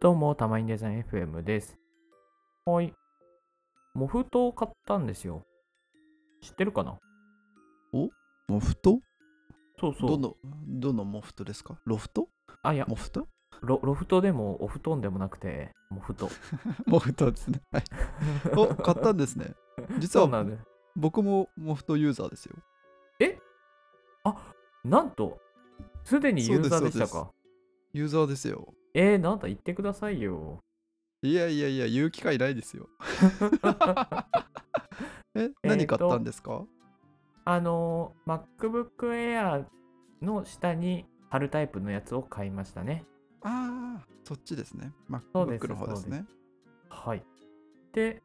どうも、たまにデザイン FM です。はい。モフトを買ったんですよ。知ってるかなモフトそうそどう。の、どのモフトですかロフトあ、いやモフトロ、ロフトでもお布団でもなくて、 モフト。モフトですね。はい。 お、買ったんですね。実そうなはんです。僕もモフトユーザーですよ。なんと、すでにユーザーでしたそうか。ユーザーですよ。えー、なんだ、言ってくださいよ。いやいやいや、言う機会ないで すよ。え、えー何買とったんですかあのー、MacBook Air の下に貼るタイプのやつを買いましたね。ああ、そっちですね。そうです MacBook の方ですね。はい。で、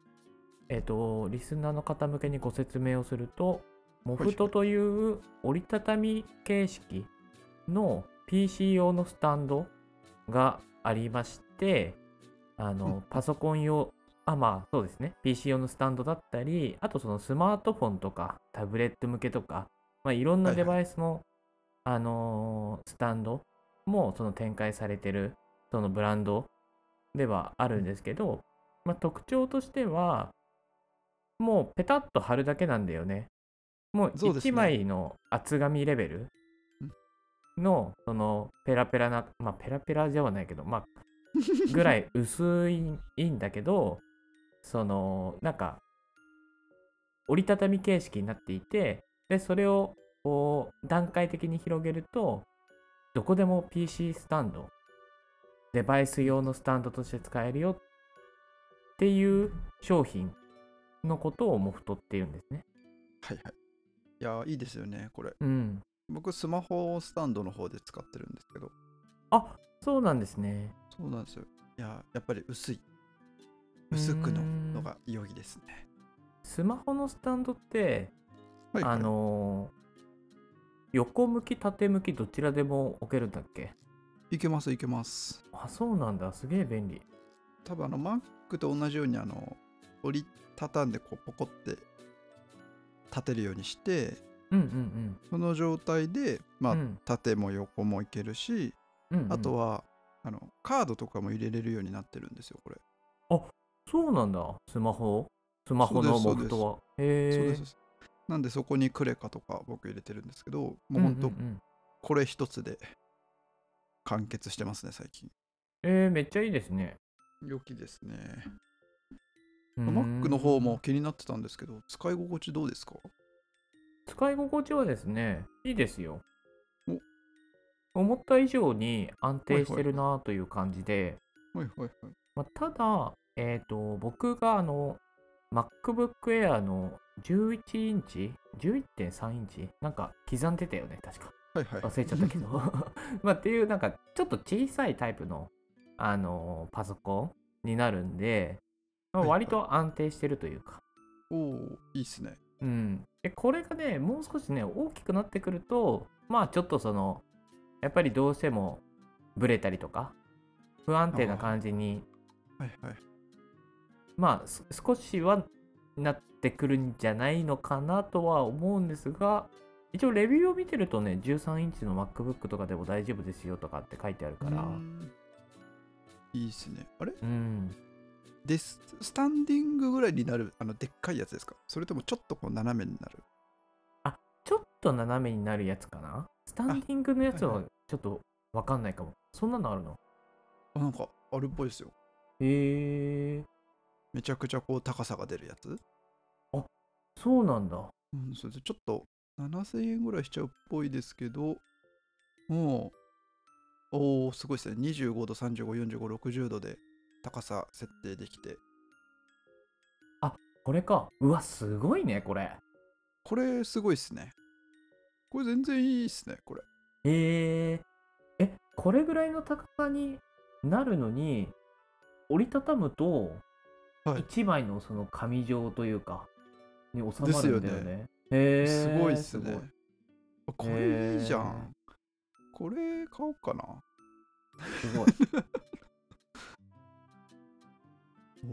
えっ、と、リスナーの方向けにご説明をすると、モフトという折りたたみ形式の PC 用のスタンドがありまして、あうんの、パソコン用、あ、まあそうですね、PC 用のスタンドだったり、あとそのスマートフォンとかタブレット向けとか、まあいろんなはいはデいバイスの、あのースタンドもその展開されてる、そのブランドではあるんですけど、まあ、特徴としては、もうペタッと貼るだけなんだよね。もうそうですね1枚の厚紙レベルの、そのペラペラな、まあペラペラではないけど、まあぐらい薄いいいんだけど、そのなんか折りたたみ形式になっていて、で、それをこう段階的に広げると、どこでも PC スタンド、デバイス用のスタンドとして使えるよっていう商品のことをモフトっていうんですね。 はいはい。いやー、いいですよね、これ。うん。僕、スマホスタンドの方で使ってるんですけど。あそうなんですね。そうなんですよ。いやー、やっぱり薄い。薄くのうーんのが良いですね。スマホのスタンドって、はいはいあのー横向き縦向きどちらでも置けるんだっけいけますいけます。あそうなんだすげえ便利。多分あの Mac と同じようにあの折りたたんでこうポコって立てるようにしてうんうんその状態で、うん。まあうん縦も横もいけるし、うんうんあとはあのカードとかも入れれるようになってるんですよこれ。そうなんだスマホスマホのモそうですフトは。へえ。そうですそうですなんでそこにクレカとか僕入れてるんですけどもうほんとんんんこれ一つで完結してますね最近。えー、めっちゃいいですね。良きですね。うーん Mac の方も気になってたんですけど使い心地どうですか使い心地はですね、いいですよ。お思った以上に安定してるなという感じで、はいはいはい。まあ、ただ、えーと、僕があの MacBook Air の11インチ、11.3インチ、なんか刻んでたよね、確か。はいはい、忘れちゃったけど。 まあ、っていう、なんかちょっと小さいタイプの、あのパソコンになるんで、まあはいはい割と安定してるというか。おおいいっすね。うん、でこれがねもう少しね大きくなってくるとまあちょっとそのやっぱりどうしてもブレたりとか不安定な感じにはいはい。まあす少しはなってくるんじゃないのかなとは思うんですが一応レビューを見てるとね13インチの MacBook とかでも大丈夫ですよとかって書いてあるからうーんいいっすねあれうんですスタンディングぐらいになるあのでっかいやつですかそれともちょっとこう斜めになるちょっと斜めになるやつかなスタンディングのやつはいははちょっとわかんないかもそんなのあるのあなんかあるっぽいですよへえめちゃくちゃこう高さが出るやつそうなんだうんそれでちょっと7000円ぐらいしちゃうっぽいですけどもうおおすごいですね25度354560度で高さ設定できてこれか。うわ、すごいね、これ。これすごいっすねこれ全然いいっすねこれへえ。え、これぐらいの高さになるのに、折りたたむと、はい一枚のその紙状というか、に収まるんだよね。ですへよえ。すごいっすごいね。あこれいいじゃんへ。これ買おうかな。すごい。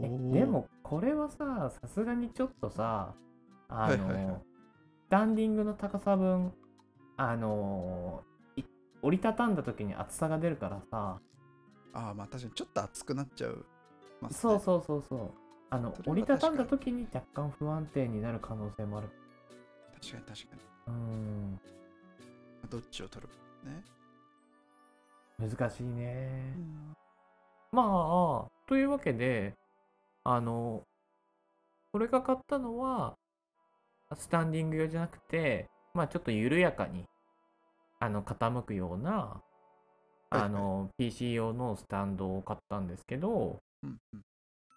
え おーで、も、これはさ、さすがにちょっとさ、あの、はいはいはいスタンディングの高さ分、あのい折りたたんだ時に厚さが出るからさ、ああ、まあ確かにちょっと熱くなっちゃう。まあそうそうそうそう。あのそれは折りたたんだ時に若干不安定になる可能性もある。確かに確かに。うーん、どっちを取るかね。難しいね。うんまあ、というわけで、あの、俺が買ったのは、スタンディング用じゃなくて、まあちょっと緩やかに、あの、傾くような、はいはいあの、PC 用のスタンドを買ったんですけど、うんうん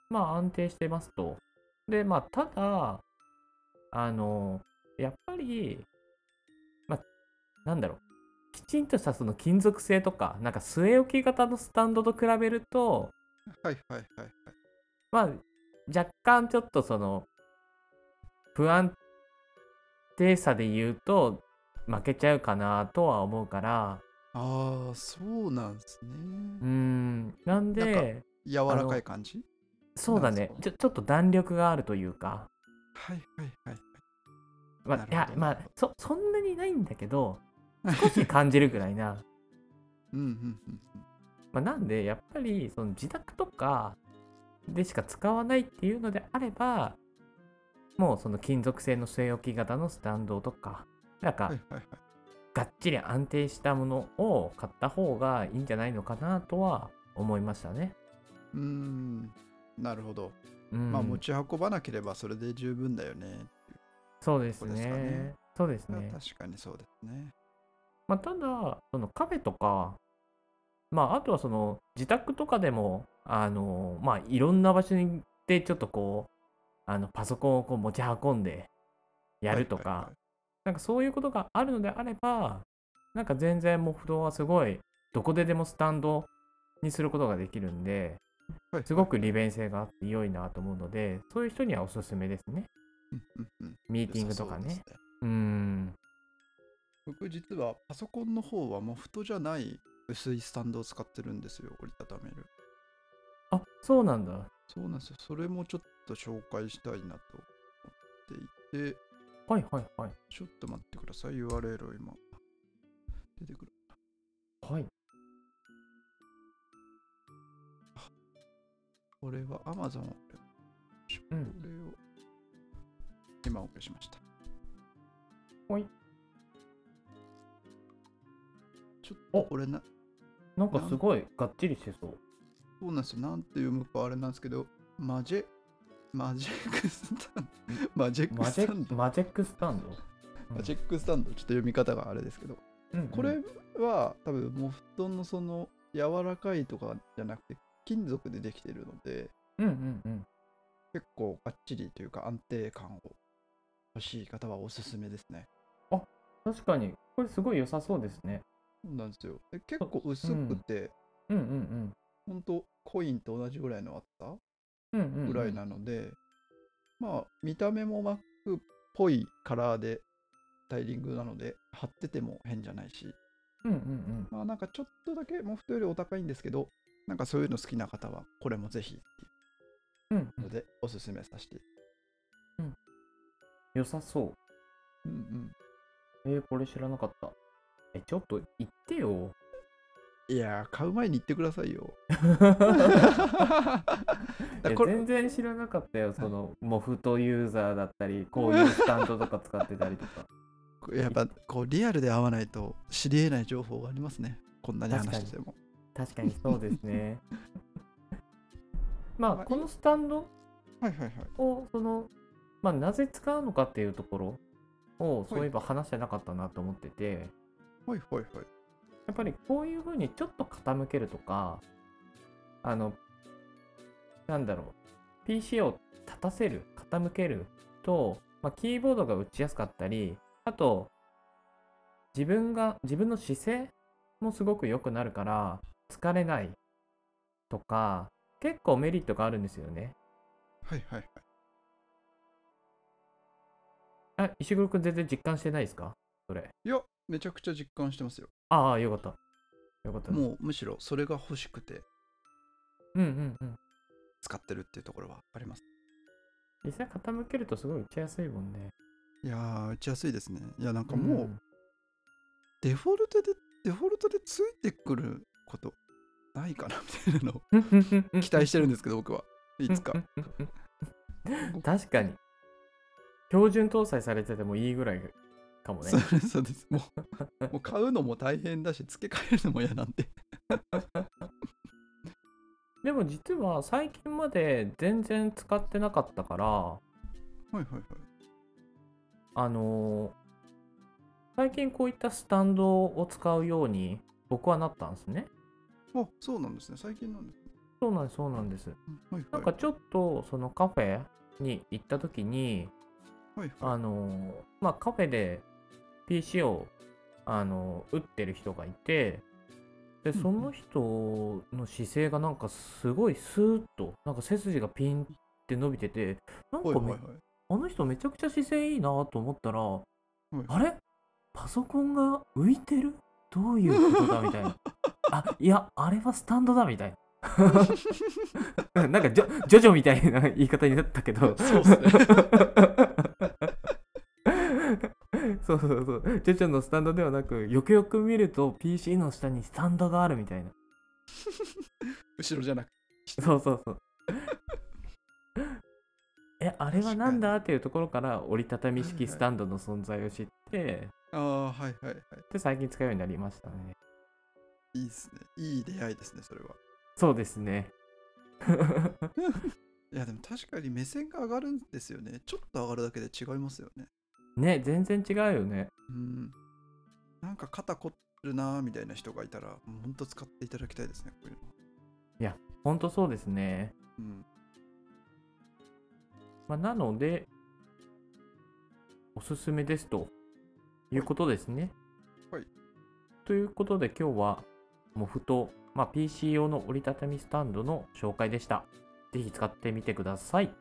まあ安定してますと。で、まあただ、あの、やっぱり、まあ、なんだろう、きちんとしたその金属製とか、なんか据え置き型のスタンドと比べると、はいはいはいはい。まあ若干ちょっとその、不安定さで言うと、負けちゃうかなとは思うから、ああ、そうなんですね。うーん、なんで、なん柔らかい感じそうだねなんちょ、ちょっと弾力があるというか、はいはいはい。まなあ、るいやほ、どまあ、そ、そんなにないんだけど、少し感じるぐらい な。うんうんうんうん。まあ、なんで、やっぱり、その自宅とかでしか使わないっていうのであれば、もうその金属製の据え置き型のスタンドとか、なんはかい、はいはい。がっちり安定したものを買った方がいいんじゃないのかなとは思いましたね。うーん。なるほど。うん、まあ持ち運ばなければそれで十分だよね。そうですここですかねね。そうですね。確かにそうですね。まあ、ただそのカフェとか、まあ、あとはその自宅とかでもあの、まあ、いろんな場所に行ってちょっとこうあのパソコンをこう持ち運んでやるとか、はいはいはいなんかそういうことがあるのであればなんか全然もう不動はすごいどこででもスタンドにすることができるんではいすごく利便性があって良いなと思うのでそういう人にはおすすめですねうんうんうんミーティングとか良さねそうですうん僕実はパソコンの方はモフトじゃない薄いスタンドを使ってるんですよ折りたためるあそうなんだそうなんですよそれもちょっと紹介したいなと思っていてはいはいはいちょっと待ってください URL を今出てくるはいこれは Amazon をうんこれを今オペしました。ほい。ちょっとおこれな、なんかすごいがっちりしてそう。そうなんですよ。なんて読むかあれなんですけど、マジェ、マジェクスタンド。マジェクマスジタンェド。マジェックスタンド。マジェックスタンド。ちょっと読み方があれですけど、うんうんこれは多分モフトンのその柔らかいとかじゃなくて、金属でできてるので、うんうんうん。結構バッチリというか安定感を欲しい方はおすすめですね。確かに、これすごい良さそうですね。そうなんですよ。え結構薄くて、うんうんほんとコインと同じぐらいの厚さうん。うんうんうんぐらいなので、まあ見た目も Mac っぽいカラーでスタイリングなので貼ってても変じゃないし、うんうんうん。まあなんかちょっとだけモフトよりお高いんですけど、なんかそういうの好きな方はこれもぜひってうんいうのでおすすめさせて。良さそう。うんうんえー、これ知らなかった。え、ちょっと言ってよ。いやー、買う前に言ってくださ いよ。いやこれ全然知らなかったよ。その、モフトユーザーだったり、こういうスタンドとか使ってたりとか。やっぱこうリアルで会わないと知り得ない情報がありますね。こんなに話してても。確かにそうです ね。まあ、まあこのスタンドはいはいはい。をその、まあ、なぜ使うのかっていうところをいそういえば話してなかったなと思ってて、やほいほいほい。っぱりこういうふうにちょっと傾けるとかあのなんだろう PC を立たせる傾けると、まあ、キーボードが打ちやすかったりあと自分が自分の姿勢もすごく良くなるから疲れないとか結構メリットがあるんですよね。はいはいはい。あ石黒くん全然実感してないですかそれ。いや、めちゃくちゃ実感してますよ。ああ、よかった。よかったです。もうむしろそれが欲しくてうんうんうん。使ってるっていうところはあります。実際傾けるとすごい打ちやすいもんね。いやー、打ちやすいですね。いや、なんかもうんデフォルトで、デフォルトでついてくることないかなみたいなのを 期期待してるんですけど、僕は。いつか。 確かに標準搭載されててもいいぐらいかもねそうですそうです。もうもう買うのも大変だし、付け替えるのも嫌なんで。でも実は最近まで全然使ってなかったからはいはいはい。あのー最近こういったスタンドを使うように僕はなったんですねあそうなんですね。最近なんですね。そうなんですそうなんですうんはいなはんい。かちょっとそのカフェに行った時にはいはい、あのーまあカフェで PC をあのー打ってる人がいてでうんその人の姿勢がなんかすごいスーッとなんか背筋がピンって伸びててなんかはめいはいはい。あの人めちゃくちゃ姿勢いいなと思ったら、いあれパソコンが浮いてるどういうことだみたい なあいやあれはスタンドだみたいな なんかジョジョジョみたいな言い方になったけど そうですね。 そうそうそうジョジョのスタンドではなくよくよく見ると PC の下にスタンドがあるみたいな後ろじゃなくて。そうそうそうえあれはなんだっていうところから折りたたみ式スタンドの存在を知ってああ、はいはいはで最近使うようになりましたねい。いいですね。いい出会いですね、それは。そうですね いや、でも確かに目線が上がるんですよね。ちょっと上がるだけで違いますよね。ね全然違うよねうん。なんか肩凝ってるなーみたいな人がいたら、ほんと使っていただきたいですね、こういうの。ほんとそうですね、うん。まあ、なのでおすすめですということですねはいということで今日はモフと、まあ、PC 用の折りたたみスタンドの紹介でしたぜひ使ってみてください